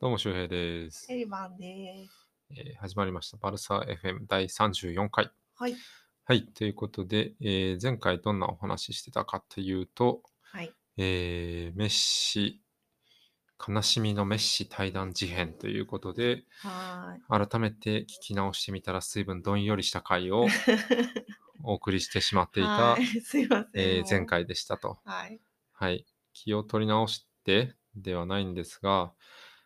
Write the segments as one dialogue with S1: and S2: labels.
S1: どうも、周平です、
S2: セリバンです。
S1: えー始まりました。パルサー FM 第34回。
S2: はい。
S1: はい、ということで、えー前回どんなお話ししてたかというと、
S2: はい。
S1: えーメッシ、悲しみのメッシ対談事変ということで、
S2: は
S1: 改めて聞き直してみたら随分どんよりした回 を
S2: ーい。
S1: お送りしてしまっていた
S2: は、いすいません。
S1: えー
S2: もう
S1: 前。回でしたと。
S2: はい。
S1: はい、気を取り直してではないんですが、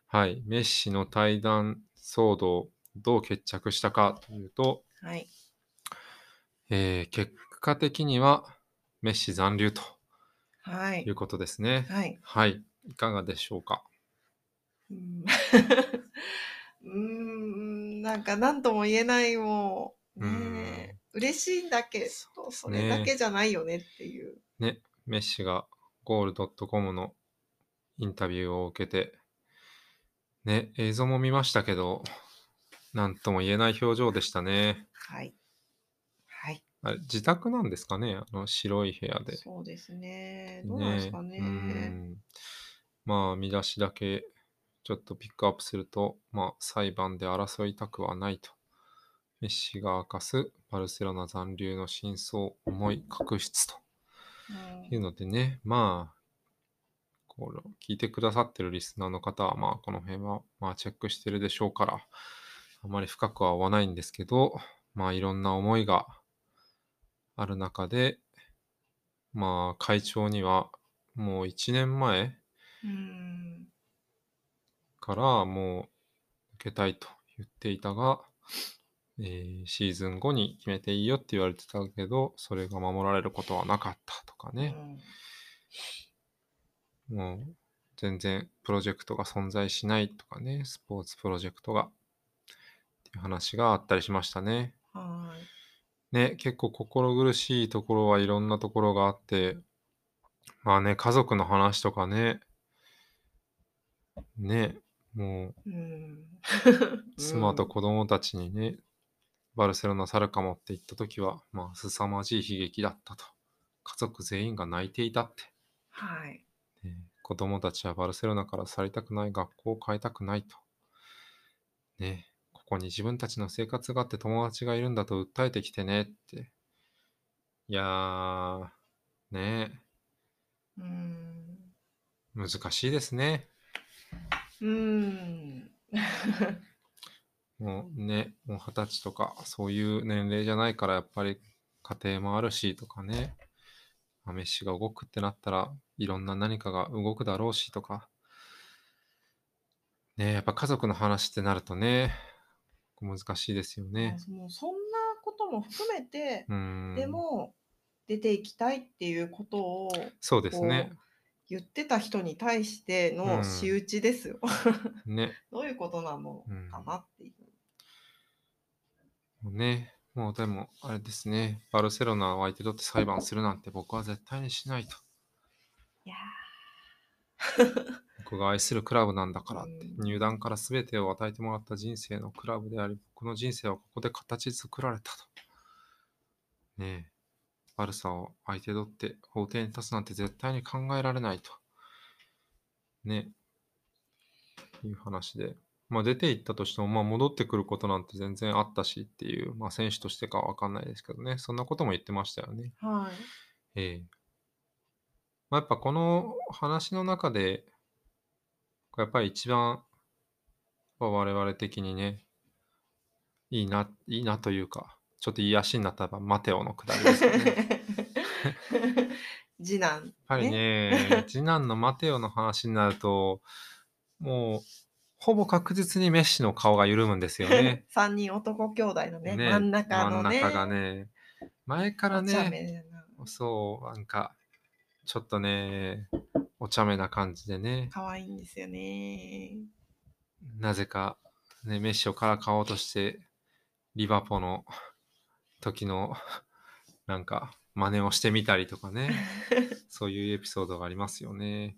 S1: はい、メッシの対談騒動、どう決着したかというと、
S2: はい。
S1: えー結果的にはメッシ残留と
S2: はいい。
S1: うことですね。
S2: はい。
S1: はい、いかがでしょうか。
S2: うんうーん、なんか何とも言えないもう、ねえ、嬉しいんだけど、それだけじゃないよねっていう。
S1: ね、メッシがゴールドットコムのインタビューを受けて、ね、映像も見ましたけど、なんとも言えない表情でしたね。
S2: はい。はい。
S1: あれ自宅なんですかね、あの白い部屋で。
S2: そうですね。どうなんですかね。
S1: うんまあ見出しだけちょっとピックアップすると、まあ、裁判で争いたくはないと。メッシが明かすバルセロナ残留の真相、思い、確執と
S2: うん
S1: いうのでね、まあ、この聞いてくださってるリスナーの方は、まあ、この辺は、まあ、チェックしてるでしょうから、あまり深くは追わないんですけど、まあ、いろんな思いがある中で、まあ、会長には、もう1年前
S2: うん。
S1: からもう受けたいと言っていたが、えーシーズン後に決めていいよって言われてたけど、それが守られることはなかったとかね。
S2: うん
S1: もう全然プロジェクトが存在しないとかね、スポーツプロジェクトがっていう話があったりしましたね。
S2: はい。
S1: ね、結構心苦しいところはいろんなところがあって、まあね、家族の話とかね、ね、もう
S2: うん、
S1: 妻と子供たちにね、バルセロナ去るかもって言った時は、まあ、凄まじい悲劇だったと。家族全員が泣いていたって。
S2: はい。
S1: えー子供たちはバルセロナから去りたくない、学校を変えたくないと。ね、ここに自分たちの生活があって友達がいるんだと訴えてきてねって。いやー、ね
S2: うん。
S1: 難しいですね。
S2: うん。
S1: もうね、もう二十歳とか、そういう年齢じゃないから、やっぱり家庭もあるしとかね、アメッシが動くってなったらいろんな何かが動くだろうしとか、ね、やっぱ家族の話ってなるとね、難しいですよね。
S2: もうそんなことも含めて、
S1: うーん。
S2: でも出ていきたいっていうことを
S1: そうですね。
S2: 言ってた人に対して
S1: う
S2: の
S1: ん
S2: 仕打ちですよ。
S1: ね。
S2: どういうことなの
S1: うん
S2: かなっていう。
S1: もうね、もうでも、あれですね、バルセロナを相手取って裁判するなんて僕は絶対にしないと。
S2: いや
S1: 僕が愛するクラブなんだからって、
S2: うん
S1: 入団から全てを与えてもらった人生のクラブであり、僕の人生はここで形作られたと。ねえ、バルサを相手取って法廷に立つなんて絶対に考えられないと。ねえ、いう話で。まあ出て行ったとしても、まあ戻ってくることなんて全然あったしっていう、まあ選手としてかはわかんないですけどね、そんなことも言ってましたよね。
S2: ーはい。
S1: ええまあ、やっぱこの話の中で、やっぱり一番まあ我々的にね、いいな、いいなというか、ちょっと癒しになったらマテオのくだりですよ ね。やっ
S2: 次男。。
S1: ぱりね、次男のマテオの話になると、もう、ほぼ確実にメッシの顔が緩むんですよね
S2: 三人男兄弟の ね、
S1: ね
S2: 真ん中のね。
S1: 真ん中がね、前から
S2: お茶
S1: ね、
S2: 目な
S1: そう、なんか、ちょっとね、お茶目な感じでね、
S2: 可愛いんですよね。
S1: なぜか、ね、メッシをから買おうとして、リバポの時の、なんか、真似をしてみたりとか ね、そういうエピソードがありますよね。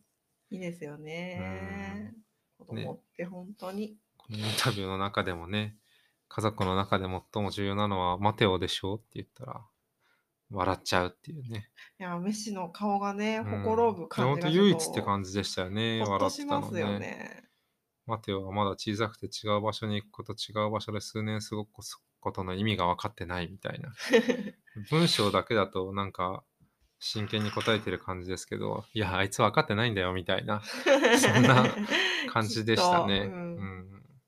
S2: いいですよね。子
S1: ね
S2: 供って本当に。
S1: このインタビューの中でもね、家族の中で最も重要なのは、マテオでしょうって言ったら、笑っちゃうっていうね。
S2: いや、メッシの顔がね、
S1: うん
S2: ほころぶ感じが
S1: いや本当唯一って感じでしたよね、
S2: ほっ
S1: 笑
S2: と
S1: って
S2: したま
S1: の
S2: すよ
S1: ね。
S2: ね。
S1: 待てよ、まだ小さくて違う場所に行くこと、違う場所で数年過ごすことの意味が分かってないみたいな。 文章だけだとなんか真剣に答えてる感じですけど、いや、あいつ分かってないんだよみたいな、 そんな 感じでしたね。
S2: きっ
S1: う
S2: とうんん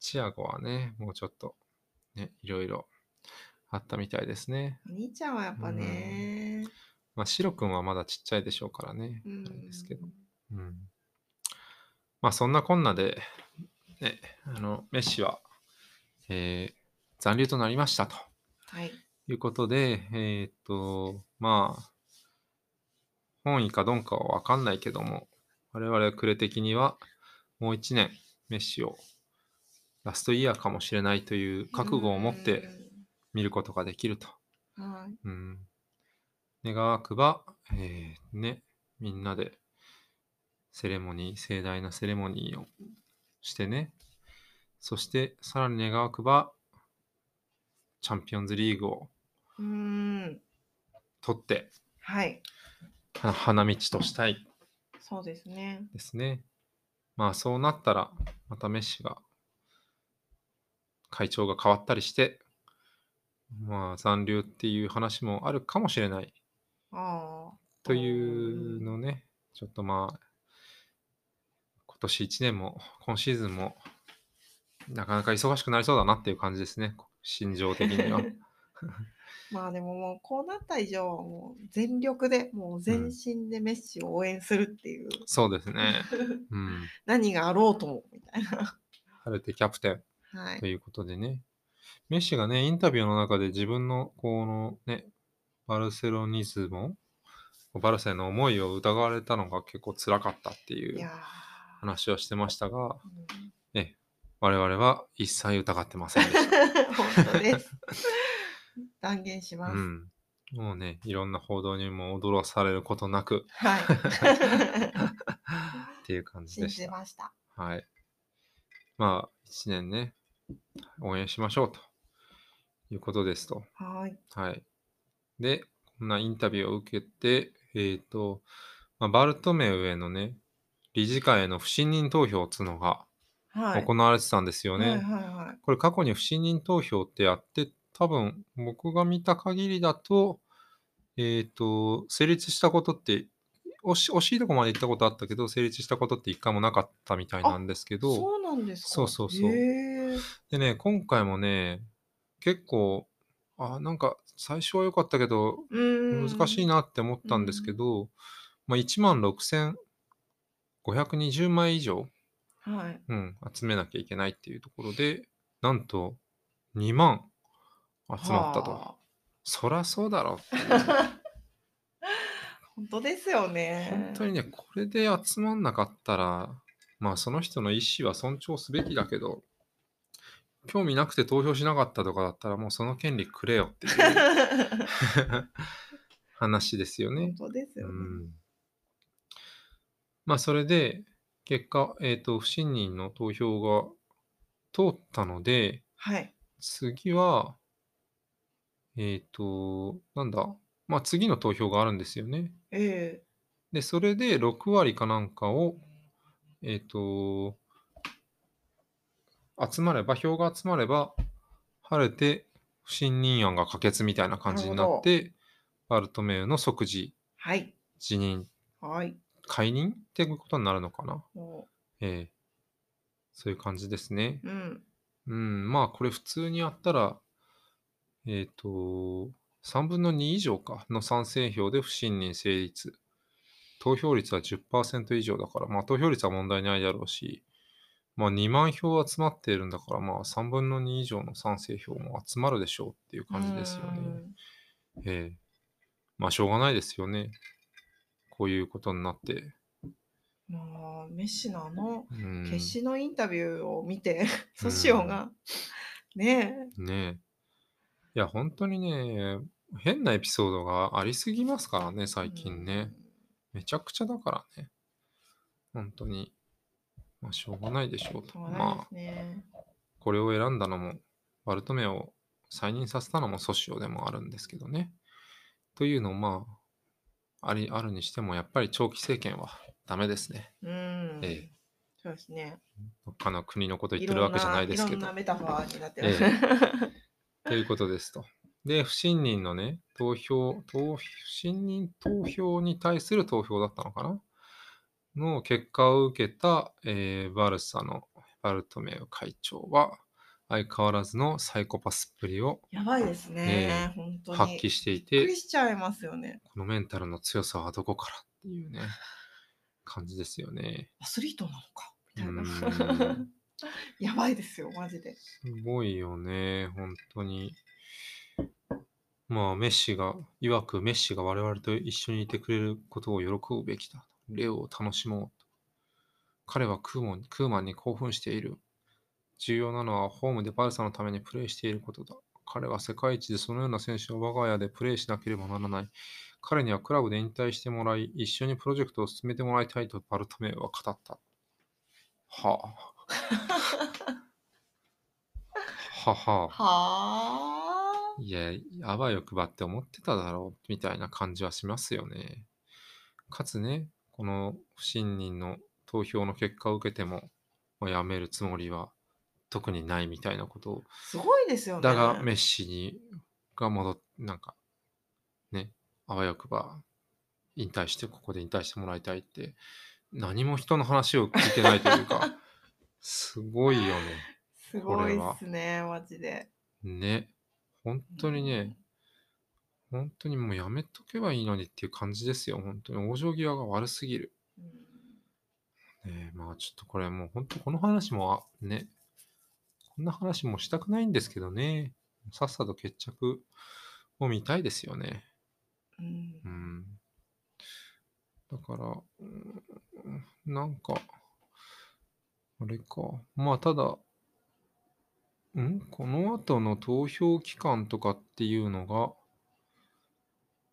S1: チアゴはね、もうちょっと、ね、いろいろあったみたいですね。
S2: お兄ちゃんはやっぱね。
S1: まあ、シロ君はまだちっちゃいでしょうからね。
S2: うん
S1: あれですけど。うんまあそんなこんなで、ね、あのメッシは、えー残留となりましたと
S2: はい。
S1: いうことで、えーっと、まあ、本意かどうかは分かんないけども、我々クレ的にはもう1年メッシをラストイヤーかもしれないという覚悟を持って見ることができると。
S2: うん。はい。
S1: うん。願わくば、えーね、みんなで、セレモニー、盛大なセレモニーをしてね、そして、さらに願わくば、チャンピオンズリーグを
S2: うん。
S1: 取って、
S2: はい。
S1: は花道としたい
S2: そうですね。
S1: ですね。まあ、そうなったら、またメッシが、会長が変わったりして、まあ、残留っていう話もあるかもしれない
S2: ああ。
S1: というのね、ちょっとまあ、今年1年も、今シーズンも、なかなか忙しくなりそうだなっていう感じですね、こ心情的には。
S2: まあでももうこうなった以上はもう全力でもう全身でメッシを応援するっていう、
S1: そうですね。うん。
S2: 何があろうともみたいな。
S1: 晴れてキャプテン
S2: はい
S1: と。いうことでね。メッシがね、インタビューの中で自分の、このね、バルセロニズムバルセロの思いを疑われたのが結構辛かったってい
S2: いうや
S1: 話をしてましたが、
S2: ー、
S1: 我々は一切疑ってませんでした。
S2: うん、本当です。断言します。
S1: うん。もうね、いろんな報道にも驚されることなく
S2: はい。
S1: っていう感じ
S2: 信
S1: でし
S2: じ
S1: た。
S2: ました。
S1: はい。まあ、一年ね、応援しましょうということですと。
S2: はい。
S1: はい。で、こんなインタビューを受けて、えっ、と、まあ、バルトメウへのね、理事会への不信任投票っつうのが
S2: はい。
S1: 行われてたんですよね。
S2: はいはいはい。
S1: これ過去に不信任投票ってやって、多分僕が見た限りだと、えっ、と、成立したことって、惜し惜しいとこまで行ったことあったけど、成立したことって一回もなかったみたいなんですけど、
S2: そうなんですか。
S1: そうそうそう
S2: へー
S1: でね、今回もね、結構、あ、なんか最初は良かったけど、
S2: うーん。
S1: 難しいなって思ったんですけど、まあ、1万6520枚以上、
S2: はい。
S1: うん、集めなきゃいけないっていうところで、なんと2万集まったと。
S2: は
S1: そらそうだろう。
S2: あ。本当ですよね。
S1: 本 当にね、これで集まんなかったら、まあその人の意思は尊重すべきだけど、興味なくて投票しなかったとかだったら、もうその権利くれよっていう 話ですよね
S2: 本。当ですよ
S1: う
S2: ね。
S1: ん、まあそれで、結果、えっ、と、不信任の投票が通ったので、
S2: はい。
S1: 次は、えっ、と、なんだ、まあ次の投票があるんですよね。
S2: え
S1: で、それで6割かなんかを、えっ、と、集まれば、票が集まれば、晴れて不信任案が可決みたいな感じになって、バルトメウの即時
S2: ーはい。
S1: 辞任、
S2: はい。
S1: 解任っていうことになるのかな。
S2: も
S1: ええそういう感じですね。
S2: ううん。
S1: うん、まあこれ普通にやったら、えっ、と、3分の2以上かの賛成票で不信任成立。投票率は10%以上だから、まあ投票率は問題ないだろうし、まあ2万票集まっているんだから、まあ3分の2以上の賛成票も集まるでしょうっていう感じですよね。ええまあしょうがないですよね。こういうことになって。
S2: うーん。まあ、メッシのあの
S1: うん、
S2: 決死のインタビューを見て、ソシオが、ねえ、
S1: ねえ。いや、本当にね、変なエピソードがありすぎますからね、最近ね。めちゃくちゃだからね。本当に。まあ、しょうがないでしょうと。
S2: うん。そうなんで
S1: ますあ、
S2: ね。
S1: これを選んだのも、バルトメを再任させたのもソシオでもあるんですけどね。というのも、まあ、あり、あるにしても、やっぱり長期政権はダメですね。
S2: うん。
S1: ええ
S2: そうですね。
S1: 他の国のこと言ってるわけじゃないですけ
S2: いろん
S1: ど
S2: な。メタファーになってます。
S1: ええ、ということですと。で、不信任のね、投票、投不信任投票に対する投票だったのかなの結果を受けた、えーバルサのバルトメウ会長は、相変わらずのサイコパスっぷりを
S2: やばいですね。本当に。
S1: 発揮してい
S2: びってく、りしちゃいますよね。
S1: このメンタルの強さはどこからっていうね、感じですよね。
S2: アスリートなのか。
S1: う
S2: みたいな。
S1: ーん
S2: やばいですよ、マジで。
S1: すごいよね、本当に。まあ、メッシが、いわくメッシが我々と一緒にいてくれることを喜ぶべきだ。レオを楽しもうと。彼はクーモンクーマンに興奮している。重要なのはホームでバルサのためにプレーしていることだ。彼は世界一でそのような選手を我が家でプレーしなければならない。彼にはクラブで引退してもらい、一緒にプロジェクトを進めてもらいたいとバルトメイは語った。はあ。 ははあ。
S2: はあ。
S1: いや、あわよくばって思ってただろうみたいな感じはしますよね。かつね、この不信任の投票の結果を受けても、もうやめるつもりは特にないみたいなことを、
S2: すごいですよね。
S1: だがメッシにが戻っなんか、ね、あわよくば引退して、ここで引退してもらいたいって、何も人の話を聞いてないというか、すごいよ
S2: すごい
S1: これは
S2: ですね、マジで。
S1: ね。ね、本当にね、本当にもうやめとけばいいのにっていう感じですよ。本当に往生際が悪すぎる。
S2: うん。
S1: ねえまあちょっとこれもう本当この話もあね、こんな話もしたくないんですけどね、さっさと決着を見たいですよね。
S2: うん
S1: う。ん。だから、うんなんか、あれか。まあただ、んこの後の投票期間とかっていうのが、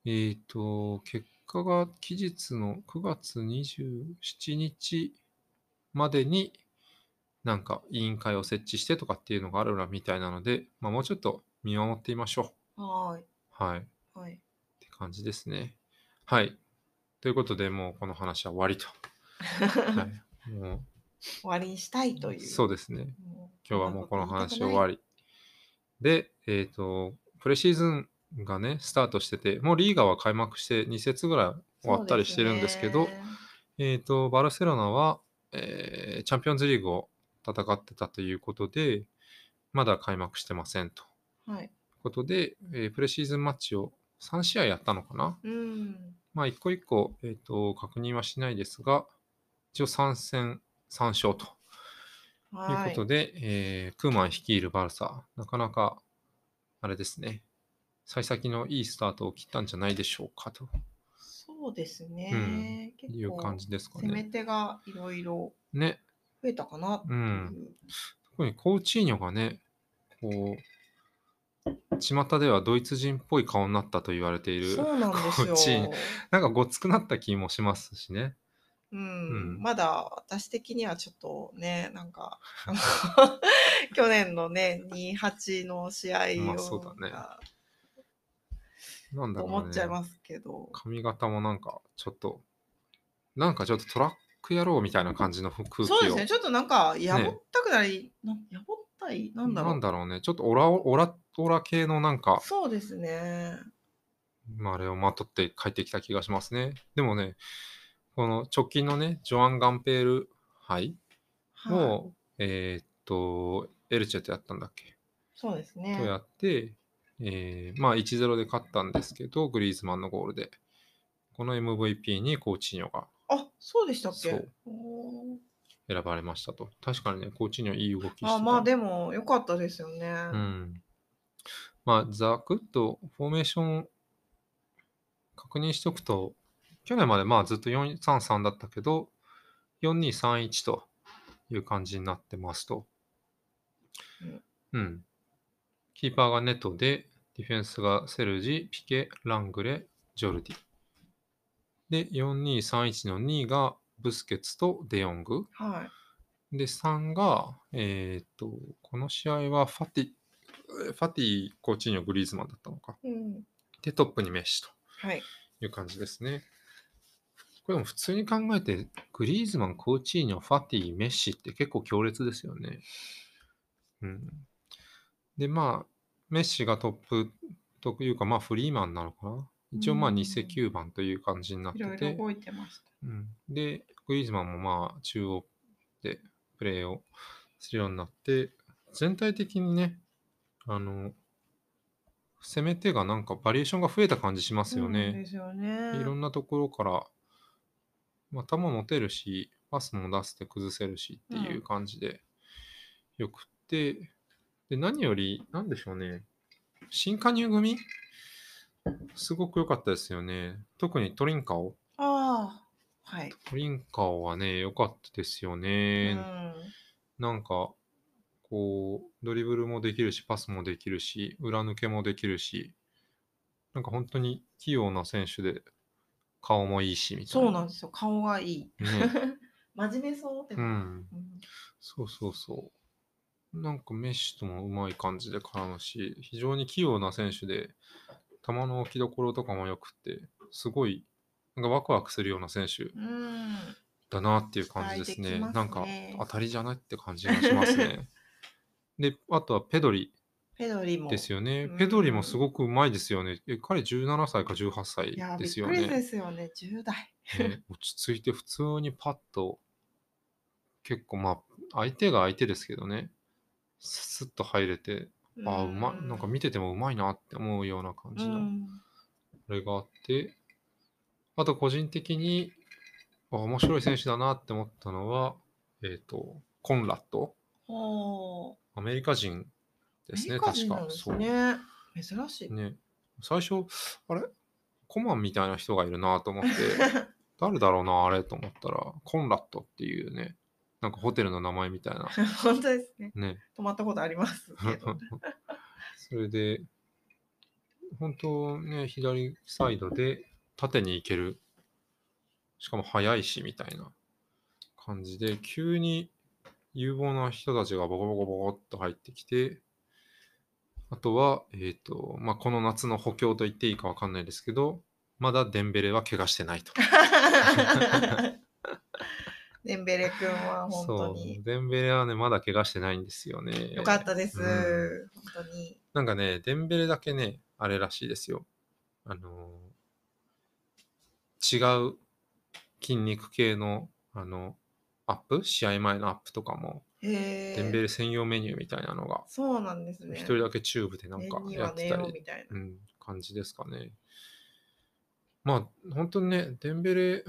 S1: えっ、と、結果が期日の9月27日までに、なんか委員会を設置してとかっていうのがあるらみたいなので、まあもうちょっと見守ってみましょ
S2: はーい。
S1: う。はい。
S2: はい。
S1: って感じですね。はい。ということで、もうこの話は終わりと。はい、も
S2: 終わりにしたいというう。
S1: そうですね。
S2: もう
S1: 今日はもうこの話終わ
S2: り。
S1: り。で、えっ、と、プレシーズンがね、スタートしてて、もうリーガは開幕して2節ぐらい終わったりしてるんですけど、
S2: そうですね
S1: えっ、と、バルセロナは、えーチャンピオンズリーグを戦ってたということで、まだ開幕してませんと。
S2: はい。
S1: ことで、えープレシーズンマッチを3試合やったのかな
S2: うん。
S1: まあ、一個一個、えっ、と、確認はしないですが、一応3戦3勝という
S2: は
S1: こ
S2: い。
S1: とで、えークーマン率いるバルサ、なかなか、あれですね、幸先のいいスタートを切ったんじゃないでしょうかと
S2: そうですね。
S1: うん
S2: 結
S1: いう
S2: 構
S1: 感じですか
S2: 攻め
S1: ね。
S2: 手がいろいろ
S1: ね、
S2: 増えたかなって
S1: う
S2: い
S1: ん。
S2: う。
S1: 特にコーチーニョがね、こう、巷ではドイツ人っぽい顔になったと言われている、
S2: そうなんです
S1: こっち
S2: よ。
S1: なんかごつくなった気もしますしね。
S2: うん、
S1: うん
S2: まだ私的にはちょっとね、なんか、あの 去年のね、28の試合
S1: まあそうだ
S2: を、
S1: ね
S2: なんか
S1: なんだろうね。
S2: 思っちゃいますけど、
S1: 髪型もなんかちょっとなんかちょっとトラック野郎みたいな感じの空気を
S2: そうですね、ちょっとなんか、やぼ
S1: ね
S2: ったくなり、なやぼったい、なんだろう。
S1: うねちょっとオラオラオラ系のなんか、
S2: そうですね。
S1: まあ、あれをまとって帰ってきた気がしますねでもねこの直近のねジョアン・ガンペール杯
S2: はい
S1: を、えーっとエルチェとやったんだっけ、
S2: そうです
S1: と
S2: ね。
S1: やって、えーまあ1-0で勝ったんですけどグリーズマンのゴールでこの MVP にコーチーニョが
S2: あ、そうでしたっけ
S1: そう
S2: おー
S1: 選ばれましたと確かにねコーチーニョいい動きしてた
S2: あ、まあでも、良かったですよ
S1: う
S2: ね。
S1: ん。まあ、ざくっとフォーメーション確認しとくと、去年までまあずっと433だったけど、4231という感じになってますと。うん。キーパーがネトで、ディフェンスがセルジ、ピケ、ラングレ、ジョルディ。で、4231の2がブスケツとデヨング。
S2: はい。
S1: で、3が、えーっと、この試合はファティ、えーファティ、コーチーニョ、グリーズマンだったのか。
S2: うん。
S1: で、トップにメッシと
S2: はい。
S1: いう感じですね。これも普通に考えて、グリーズマン、コーチーニョ、ファティ、メッシって結構強烈ですよね。うん、で、まあ、メッシがトップというか、まあ、フリーマンなのかな。一応、まあ、
S2: うん
S1: 29番という感じになっ
S2: い
S1: て
S2: ろい
S1: て
S2: ろ、動いてました。
S1: うん、で、グリーズマンもまあ、中央でプレーをするようになって、全体的にね、あの、攻め手がなんかバリエーションが増えた感じしますよね。
S2: そうですよね。
S1: いろんなところから、まあ、球も持てるし、パスも出せて崩せるしっていううん感じで、よくって、で、何より、なんでしょうね、新加入組すごく良かったですよね。特にトリンカオ。
S2: ああ、はい。
S1: トリンカオはね、良かったですよね。なんか、こう、ドリブルもできるし、パスもできるし、裏抜けもできるし、なんか本当に器用な選手で、顔もいいし、みたいな。
S2: そうなんですよ。顔がいい。
S1: ね
S2: 真面目そうって。
S1: うん。
S2: うん
S1: そうそうそう。なんかメッシともうまい感じで絡むし、非常に器用な選手で、球の置きどころとかもよくって、すごい、なんかワクワクするような選手
S2: うん。
S1: だなっていう感じですね。
S2: 期待できますね
S1: なんか当たりじゃないって感じがしますね。 で、あとはペドリ
S2: ペドリも。
S1: です
S2: よ。
S1: よね
S2: う。ん
S1: ペドリもすごくうまいですよね。え彼17歳か18歳
S2: いや、
S1: で
S2: びっ
S1: すよ
S2: く
S1: ね。
S2: りですよね。10代。
S1: ね落ち着いて普通にパッと結構まあ相手が相手ですけどねスッと入れてああうまいなんか見ててもうまいなって思うような感
S2: う
S1: じの
S2: ん。
S1: あれがあってあと個人的にあ面白い選手だなって思ったのはえっ、とコンラッド
S2: ほう。
S1: アメリカ人ですね
S2: アメリカ
S1: 確
S2: 人な
S1: か
S2: んです
S1: そう
S2: ね。珍しい。
S1: ね最初あれコマンみたいな人がいるなと思って 誰だろうなあれと思ったらコンラットっていうねなんかホテルの名前みたいな
S2: 本当ですね。
S1: ね
S2: 泊まったことありますけど。
S1: それで本当ね左サイドで縦に行けるしかも速いしみたいな感じで急に有望な人たちがボコボコボコっと入ってきてあとは、えっとまあ、この夏の補強と言っていいかわかんないですけどまだデンベレは怪我してないと。
S2: デンベレ君は 本当
S1: そ
S2: に
S1: うデンベレはね、まだ怪我してないんですよね。
S2: 良かったです。
S1: う
S2: 本当に。
S1: なんかね、デンベレだけね、あれらしいですよ。あのー違う筋肉系の、あの、アップ試合前のアップとかも、
S2: へえ。
S1: デンベレ専用メニューみたいなのが、
S2: そうなんですね。
S1: 一人だけチューブでなんか
S2: 年に
S1: や
S2: は
S1: っ
S2: ね
S1: て
S2: よ
S1: た
S2: う
S1: り、
S2: みたいな。
S1: うん、感じですかね。まあ、本当にね、デンベレ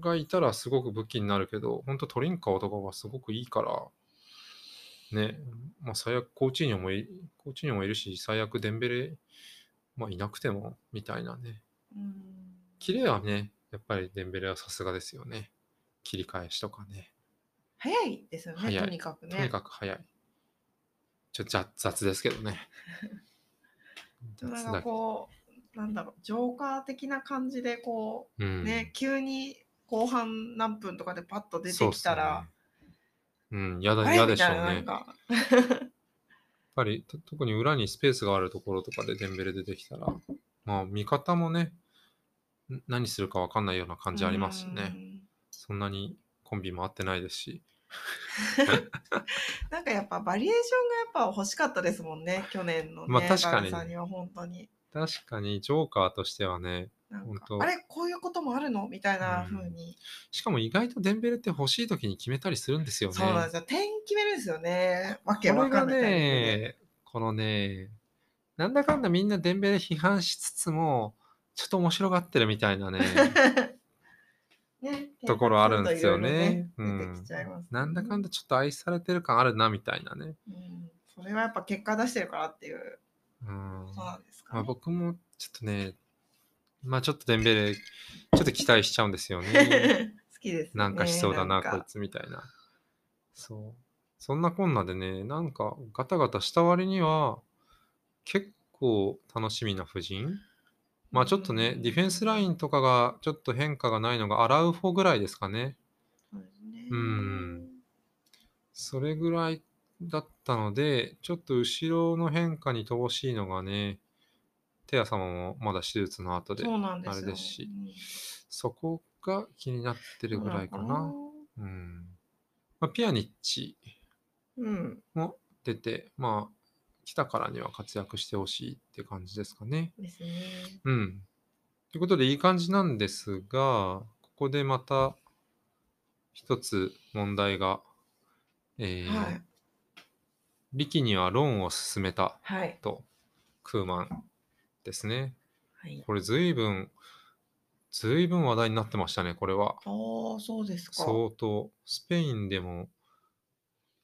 S1: がいたらすごく武器になるけど、本当トリンカーとかはすごくいいから、ね、まあ最悪コーチーニョもい、コーチーニョもいるし、最悪デンベレ、まあいなくても、みたいなね。
S2: うん
S1: 綺麗はね、やっぱりデンベレはさすがですよね。切り返しとかね。
S2: 早いですよね、
S1: 早い
S2: とにかくね。
S1: とにかく早い。ちょ、雑雑ですけどね。 雑
S2: なんか
S1: だけど。
S2: こう、なんだろう、ジョーカー的な感じで、こ
S1: う
S2: う、
S1: ん
S2: ね、急に後半何分とかでパッと出てきた
S1: そ
S2: ら、
S1: うっすよねうん、嫌だ、
S2: あ
S1: 嫌
S2: れ
S1: で
S2: み
S1: しょ
S2: た
S1: う
S2: いな、な
S1: ね
S2: ん。か、
S1: やっぱりと特に裏にスペースがあるところとかでデンベレ出てきたら、まあ味方もね、ん何するか分かんないような感じありますし
S2: う
S1: ね。
S2: ん。
S1: そんなにコンビも合ってないですし、
S2: なんかやっぱバリエーションがやっぱ欲しかったですもんね、去年のね。
S1: まあ確かにね
S2: バルサには本当に。
S1: 確かにジョーカーとしてはね、
S2: なんか
S1: 本当
S2: あれこういうこともあるのみたいな風に、
S1: しかも意外とデンベレって欲しい時に決めたりするんですよね。
S2: そうなんですよ。点決めるんですよね。わけ
S1: こ
S2: わ
S1: れ
S2: か
S1: が
S2: んないタイミングで。
S1: ね、このね、なんだかんだみんなデンベレ批判しつつも、ちょっと面白がってるみたいなね。
S2: ね
S1: ところあるんですよね
S2: 点がちょっといろいろね出てきちゃいます、
S1: なんだかんだちょっと愛されてる感あるなみたいなね。
S2: うんそれはやっぱ結果出してるからっていう
S1: うん
S2: ことなんですか
S1: まあ、
S2: ね、
S1: 僕もちょっとね、まあちょっとデンベレ、ちょっと期待しちゃうんですよ ね。
S2: 好きですね。
S1: なんかしそうだな、
S2: ん
S1: こい
S2: か
S1: つみたいな。そう。そんなこんなでね、なんかガタガタした割には、結構楽しみな布陣。まあちょっとね、ディフェンスラインとかがちょっと変化がないのがアラウフォぐらいですかね。
S2: そうですね
S1: うんそれぐらいだったので、ちょっと後ろの変化に乏しいのがね、テア様もまだ手術の後で、
S2: そうなんですよ。
S1: あれですしそこが気になってるぐらいかな。うん。まあ、ピアニッチ
S2: うん。
S1: も出て、まあ、来たからには活躍してほしいって感じですかね。
S2: ですね。
S1: うん。ということで、いい感じなんですが、ここでまた一つ問題が、えー
S2: はい。
S1: リキにはローンを勧めた
S2: はい。
S1: と、クーマンですね。
S2: はい。
S1: これ随分、随分話題になってましたね、これは。
S2: ああ、そうですか。
S1: 相当、スペインでも、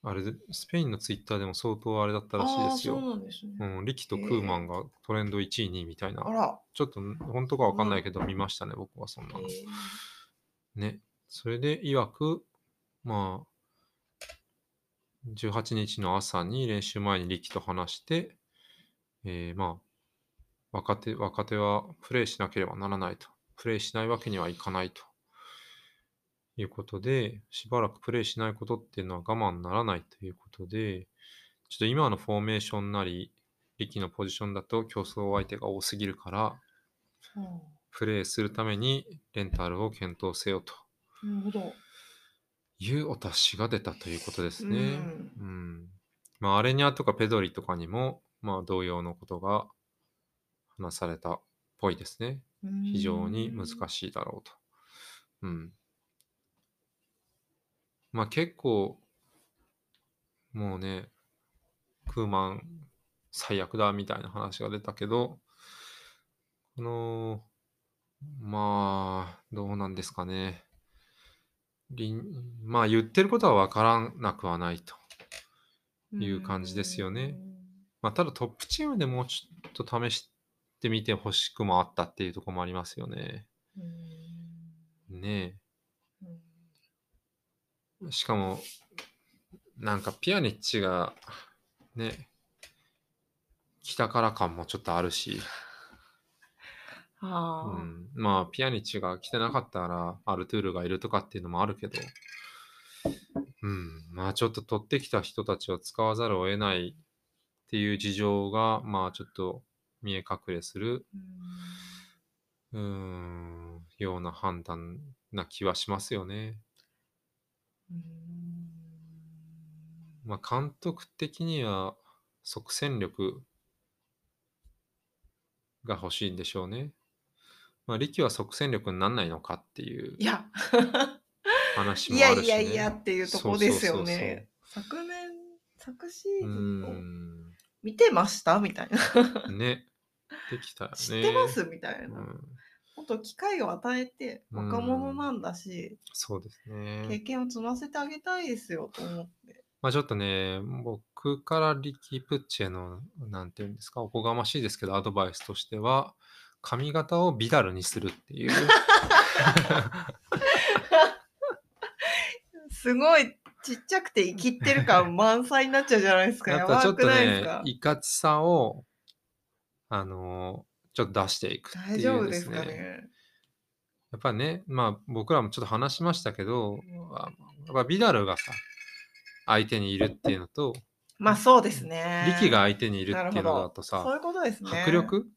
S1: あれで、スペインのツイッターでも相当あれだったらしい
S2: あ
S1: で
S2: あ、
S1: す
S2: そう
S1: よ。
S2: なんですね。
S1: うん、リキとクーマンがトレンド1位、2位みたいな
S2: あ。ら。
S1: ちょっと本当かわかんないけど見ましたね、僕はそん
S2: え
S1: なの。
S2: ー
S1: ね。それで、いわく、まあ、18日の朝に練習前に力と話して、えーまあ、若手、若手はプレイしなければならないと。プレイしないわけにはいかないと。いうことで、しばらくプレイしないことっていうのは我慢ならないということで、ちょっと今のフォーメーションなり、力のポジションだと競争相手が多すぎるから、
S2: う
S1: プレイするためにレンタルを検討せよと
S2: んなるほど。
S1: いうお達しが出たということです
S2: う
S1: ね。
S2: ん
S1: うん。まあ、アレニャとかペドリとかにも、まあ、同様のことが話されたっぽいですね。非常に難しいだろうと。うん。まあ、結構、もうね、クーマン最悪だみたいな話が出たけど、この、まあ、どうなんですかね。りんまあ、言ってることはわからなくはないと。いう感じですよね。まあ、ただトップチームでもうちょっと試してみてほしくもあったっていうところもありますよね。
S2: うんうん
S1: ね
S2: うん
S1: え。しかも、なんかピアニッチが、ね、来たから感もちょっとあるし、う
S2: ああ、
S1: ん、まあ、ピアニッチが来てなかったら、アルトゥールがいるとかっていうのもあるけど、うん、まあ、ちょっと取ってきた人たちを使わざるを得ないっていう事情が、まあ、ちょっと見え隠れするうーん、ような判断な気はしますよね。
S2: うん
S1: まあ、監督的には即戦力が欲しいんでしょうね。まあ、力は即戦力にならないのかっていう
S2: いや、
S1: 話
S2: い
S1: もあ
S2: や
S1: る
S2: い
S1: し、ね。
S2: やいやっていうとこですよね。昨年、昨シー
S1: そうそうそうそう。う
S2: ズンの
S1: ー
S2: 見てましたみたいな。
S1: ん。ね。できたよね。
S2: 知ってますみたいうな。
S1: ん、
S2: もっと機会を与えて、
S1: うん
S2: 若者なんだし、
S1: そうです
S2: 経
S1: ね。
S2: 験を積ませてあげたいですよと思って。
S1: まあちょっとね、僕からリキ・プッチェの、なんていうんですか、おこがましいですけど、アドバイスとしては、髪型をビダルにするっていう。
S2: すごいちっちゃくて生きってる 感満載になっちゃうじゃないですか。
S1: や
S2: や
S1: っぱ
S2: ば
S1: ちょっ
S2: く
S1: と
S2: ないです
S1: ね
S2: か、。
S1: いかつさを、あのーちょっと出していくって
S2: 大
S1: い
S2: 丈
S1: う
S2: 夫
S1: で
S2: ですすか
S1: ね。
S2: ね。
S1: やっぱね、まあ僕らもちょっと話しましたけど、
S2: うん
S1: あやっぱビダルがさ、相手にいるっていうのと、
S2: まあそうですね。
S1: リキが相手にいるっていうのだとさ、
S2: そういうことですね。
S1: 迫力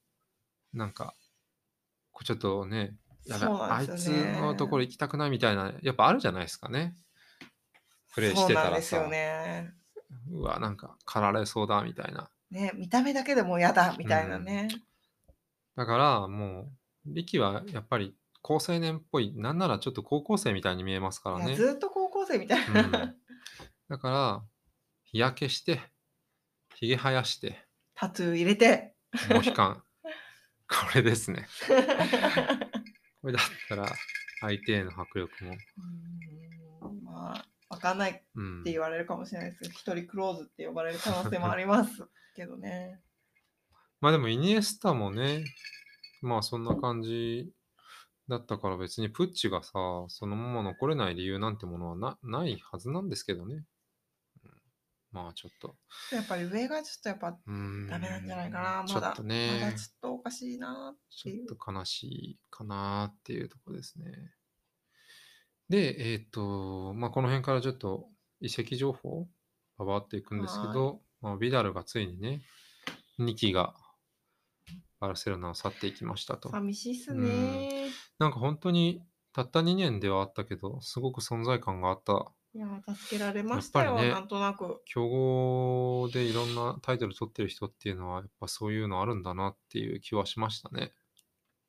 S1: なんか、こうちょっとね、やべ
S2: そうな
S1: あ
S2: ん
S1: い
S2: で
S1: つ
S2: すよね
S1: のところ行きたくないみたいな、やっぱあるじゃないですかね。プレイして
S2: そう
S1: た
S2: なん
S1: ら
S2: ですよ
S1: さ、
S2: ね。
S1: うわ、なんか、狩られそうだみたいな。
S2: ね、見た目だけでもう嫌だみたいなね。
S1: だから、もう、リキはやっぱり高青年っぽい、なんならちょっと高校生みたいに見えますから
S2: いや
S1: ね。
S2: ずっと高校生みたい
S1: うん
S2: な。
S1: だから、日焼けして、ひげ生やして、
S2: タトゥー入れて。
S1: モヒカン。これですね。これだったら、相手への迫力も。
S2: うんまあ、わかんないっ
S1: うん
S2: て言われるかもしれないですけど、一人クローズって呼ばれる可能性もありますけどね。
S1: まあでもイニエスタもね、まあそんな感じだったから別にプッチがさ、そのまま残れない理由なんてものはなないはずなんですけどね。うんまあちょっと。
S2: やっぱり上がちょっとやっぱ
S1: うーん。
S2: ダメなんじゃないかな。
S1: ち
S2: ま
S1: ょっ
S2: だ、
S1: と
S2: まだ
S1: ね
S2: ちょっとおかしいな。
S1: ちょっと悲しいかなっていうとこですね。で、えっ、と、まあこの辺からちょっと遺跡情報、ばばっていくんですけど、まあ、ビダルがついにね、2期がバルセロナを去っていきましたと。
S2: 寂しいっすね。
S1: なんか本当にたった2年ではあったけど、すごく存在感があった。
S2: いやー、助けられました
S1: やっ
S2: よ、
S1: ぱりね
S2: なんとなく。
S1: 競合でいろんなタイトル取ってる人っていうのは、やっぱそういうのあるんだなっていう気はしましたね。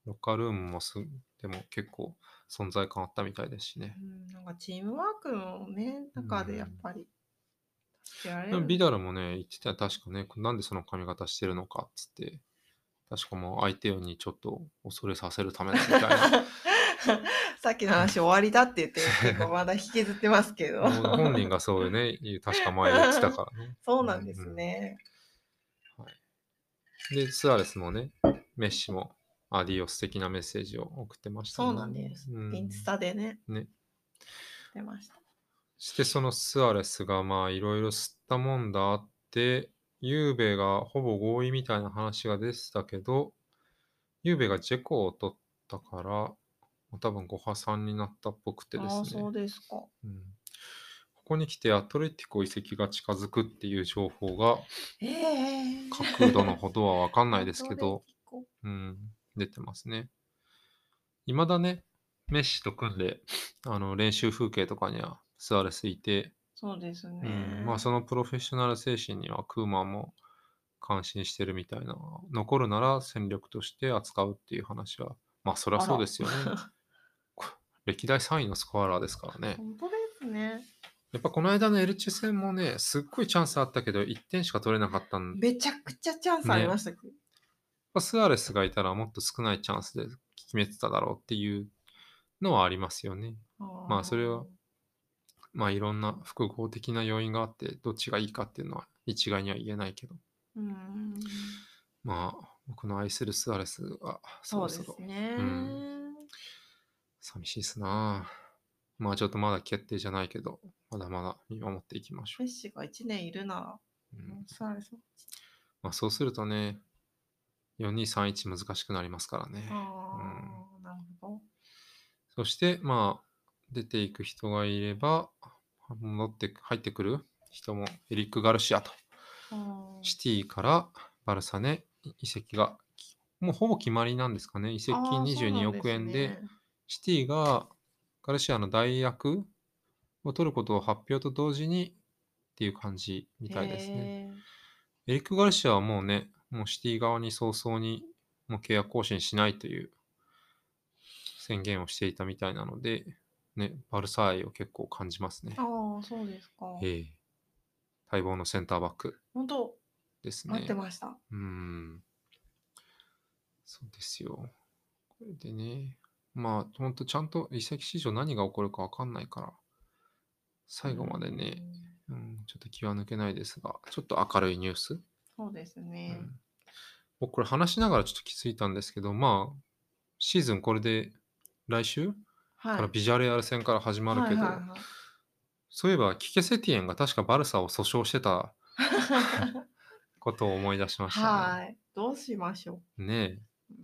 S1: ロッカールームもす、でも結構存在感あったみたいですしね。
S2: うん、なんかチームワークのね、中でやっぱり、助けられ
S1: でも
S2: る。
S1: ビダルもね、言ってたよ確かね、なんでその髪型してるのかっつって、確かもう相手にちょっと恐れさせるためだみたいな。
S2: さっきの話終わりだって言って、結構まだ引きずってますけど。
S1: も う本人がそうよね、確か前言ってたからね。
S2: そうなんですね。
S1: で、スアレスもね、メッシもアディオス的なメッセージを送ってましたね、
S2: そうなんです。
S1: うん
S2: インスタでね、
S1: ね。
S2: 出ました。
S1: して、そのスアレスがまあいろいろ吸ったもんだあって、ユーベがほぼ合意みたいな話が出てたけど、ユーベがジェコを取ったから、多分5破3になったっぽくてで
S2: ああ、
S1: すね
S2: そ。うですか。
S1: うんここに来てアトレティコ移籍が近づくっていう情報が
S2: ええ
S1: 角度のほどは分かんないですけど、
S2: 本
S1: うん、出てますね。いまだね、メッシと組んで、あの練習風景とかにはスアレスいて、
S2: 当ですか。そうです
S1: う
S2: ね。
S1: んまあ、そのプロフェッショナル精神にはクーマンも感心してるみたいな、残るなら戦力として扱うっていう話は、まあそりゃそう ですよね。こ歴代3位のスコアラーですからね。
S2: 本当ですね。
S1: やっぱこの間のエルチェ戦もね、すっごいチャンスあったけど、1点しか取れなかったんで、
S2: めちゃくちゃチャンスありましたけど。
S1: まあスアレスがいたらもっと少ないチャンスで決めてただろうっていうのはありますよね。まあそれはまあいろんな複合的な要因があって、どっちがいいかっていうのは一概には言えないけど、
S2: うん。
S1: まあ僕の愛するスアレスがそ
S2: そ
S1: ろ
S2: うで
S1: そ
S2: す
S1: ろ
S2: ね。
S1: うん寂しいっすなあ。まあちょっとまだ決定じゃないけど、まだまだ見守っていきましょ
S2: メッシが1年いるなら、
S1: う。うん
S2: スアレスも
S1: まあそうするとね、4231難しくなりますからね。
S2: ああ、なるほ
S1: そして、まあ、出ていく人がいれば、戻って、入ってくる人も、エリック・ガルシアと、
S2: ど。あー
S1: シティからバルサネ移籍が、もうほぼ決まりなんですかね。移籍
S2: あーそうなん
S1: 22
S2: す
S1: 億円で、
S2: ね
S1: シティがガルシアの代役を取ることを発表と同時にっていう感じみたいですね。
S2: へー
S1: エリック・ガルシアはもうね、もうシティ側に早々にもう契約更新しないという宣言をしていたみたいなので、ね、バルサー愛を結構感じますね。
S2: ああ、そうですか。
S1: ええ待望のセンターバック
S2: 本当、
S1: ですね。
S2: 待ってました。
S1: うーん。そうですよ。これでね、まあ、ほんとちゃんと移籍市場何が起こるかわかんないから、最後までね、うん、ちょっと気は抜けないですが、ちょっと明るいニュース
S2: うん。そうですね。
S1: うん僕これ話しながらちょっと気づいたんですけど、まあ、シーズンこれで来週
S2: はい。
S1: からビジャレアル戦から始まるけど、
S2: はいはいはい
S1: そういえばキケセティエンが確かバルサを訴訟してたことを思い出しました
S2: は
S1: ね。
S2: い。どうしましょ
S1: ねえ
S2: う。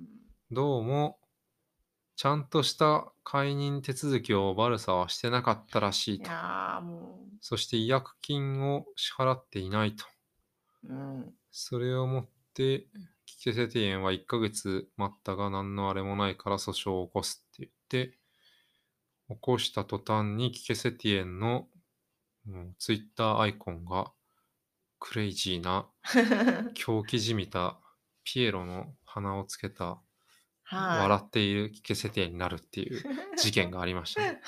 S1: どうも、ちゃんとした解任手続きをバルサはしてなかったらしい
S2: い
S1: と。
S2: やーも
S1: そして違約金を支払っていないと。
S2: う、うん、
S1: それをもって、キケセティエンは1ヶ月待ったが何のあれもないから訴訟を起こすって言って、起こした途端にキケセティエンのツイッターアイコンがクレイジーな狂気じみたピエロの鼻をつけた笑っているキケセティエンになるっていう 事件がありました、ね。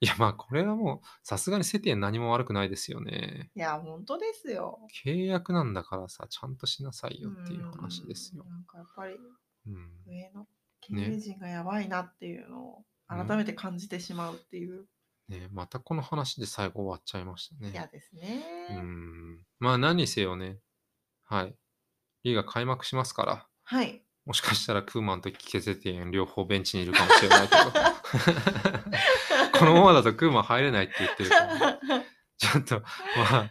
S1: いやまあこれはもうさすがにセティエン何も悪くないですよね。
S2: いや本当ですよ。
S1: 契約なんだからさ、ちゃんとしなさいよっていう話ですよ
S2: う。んなんかやっぱり
S1: うん、
S2: 上の経営陣がやばいなっていうのを
S1: うん
S2: 改めて感じてしまうっていう
S1: ねまたこの話で最後終わっちゃいました
S2: 嫌
S1: ね。
S2: ですね。
S1: うん。まあ何にせよね、はい。リーが開幕しますから、
S2: はい。
S1: もしかしたらクーマンとキケセティエン両方ベンチにいるかもしれないけど、 このままだとクーマン入れないって言ってるから、 ちょっと、ま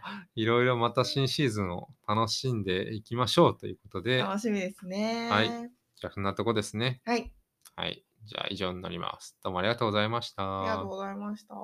S1: あ、いろいろまた新シーズンを楽しんでいきましょうということで、
S2: 楽しみですね。
S1: はいじゃあそんなとこですね。
S2: はい。
S1: はい。じゃあ以上になります。どうもありがとうございました。
S2: ありがとうございました。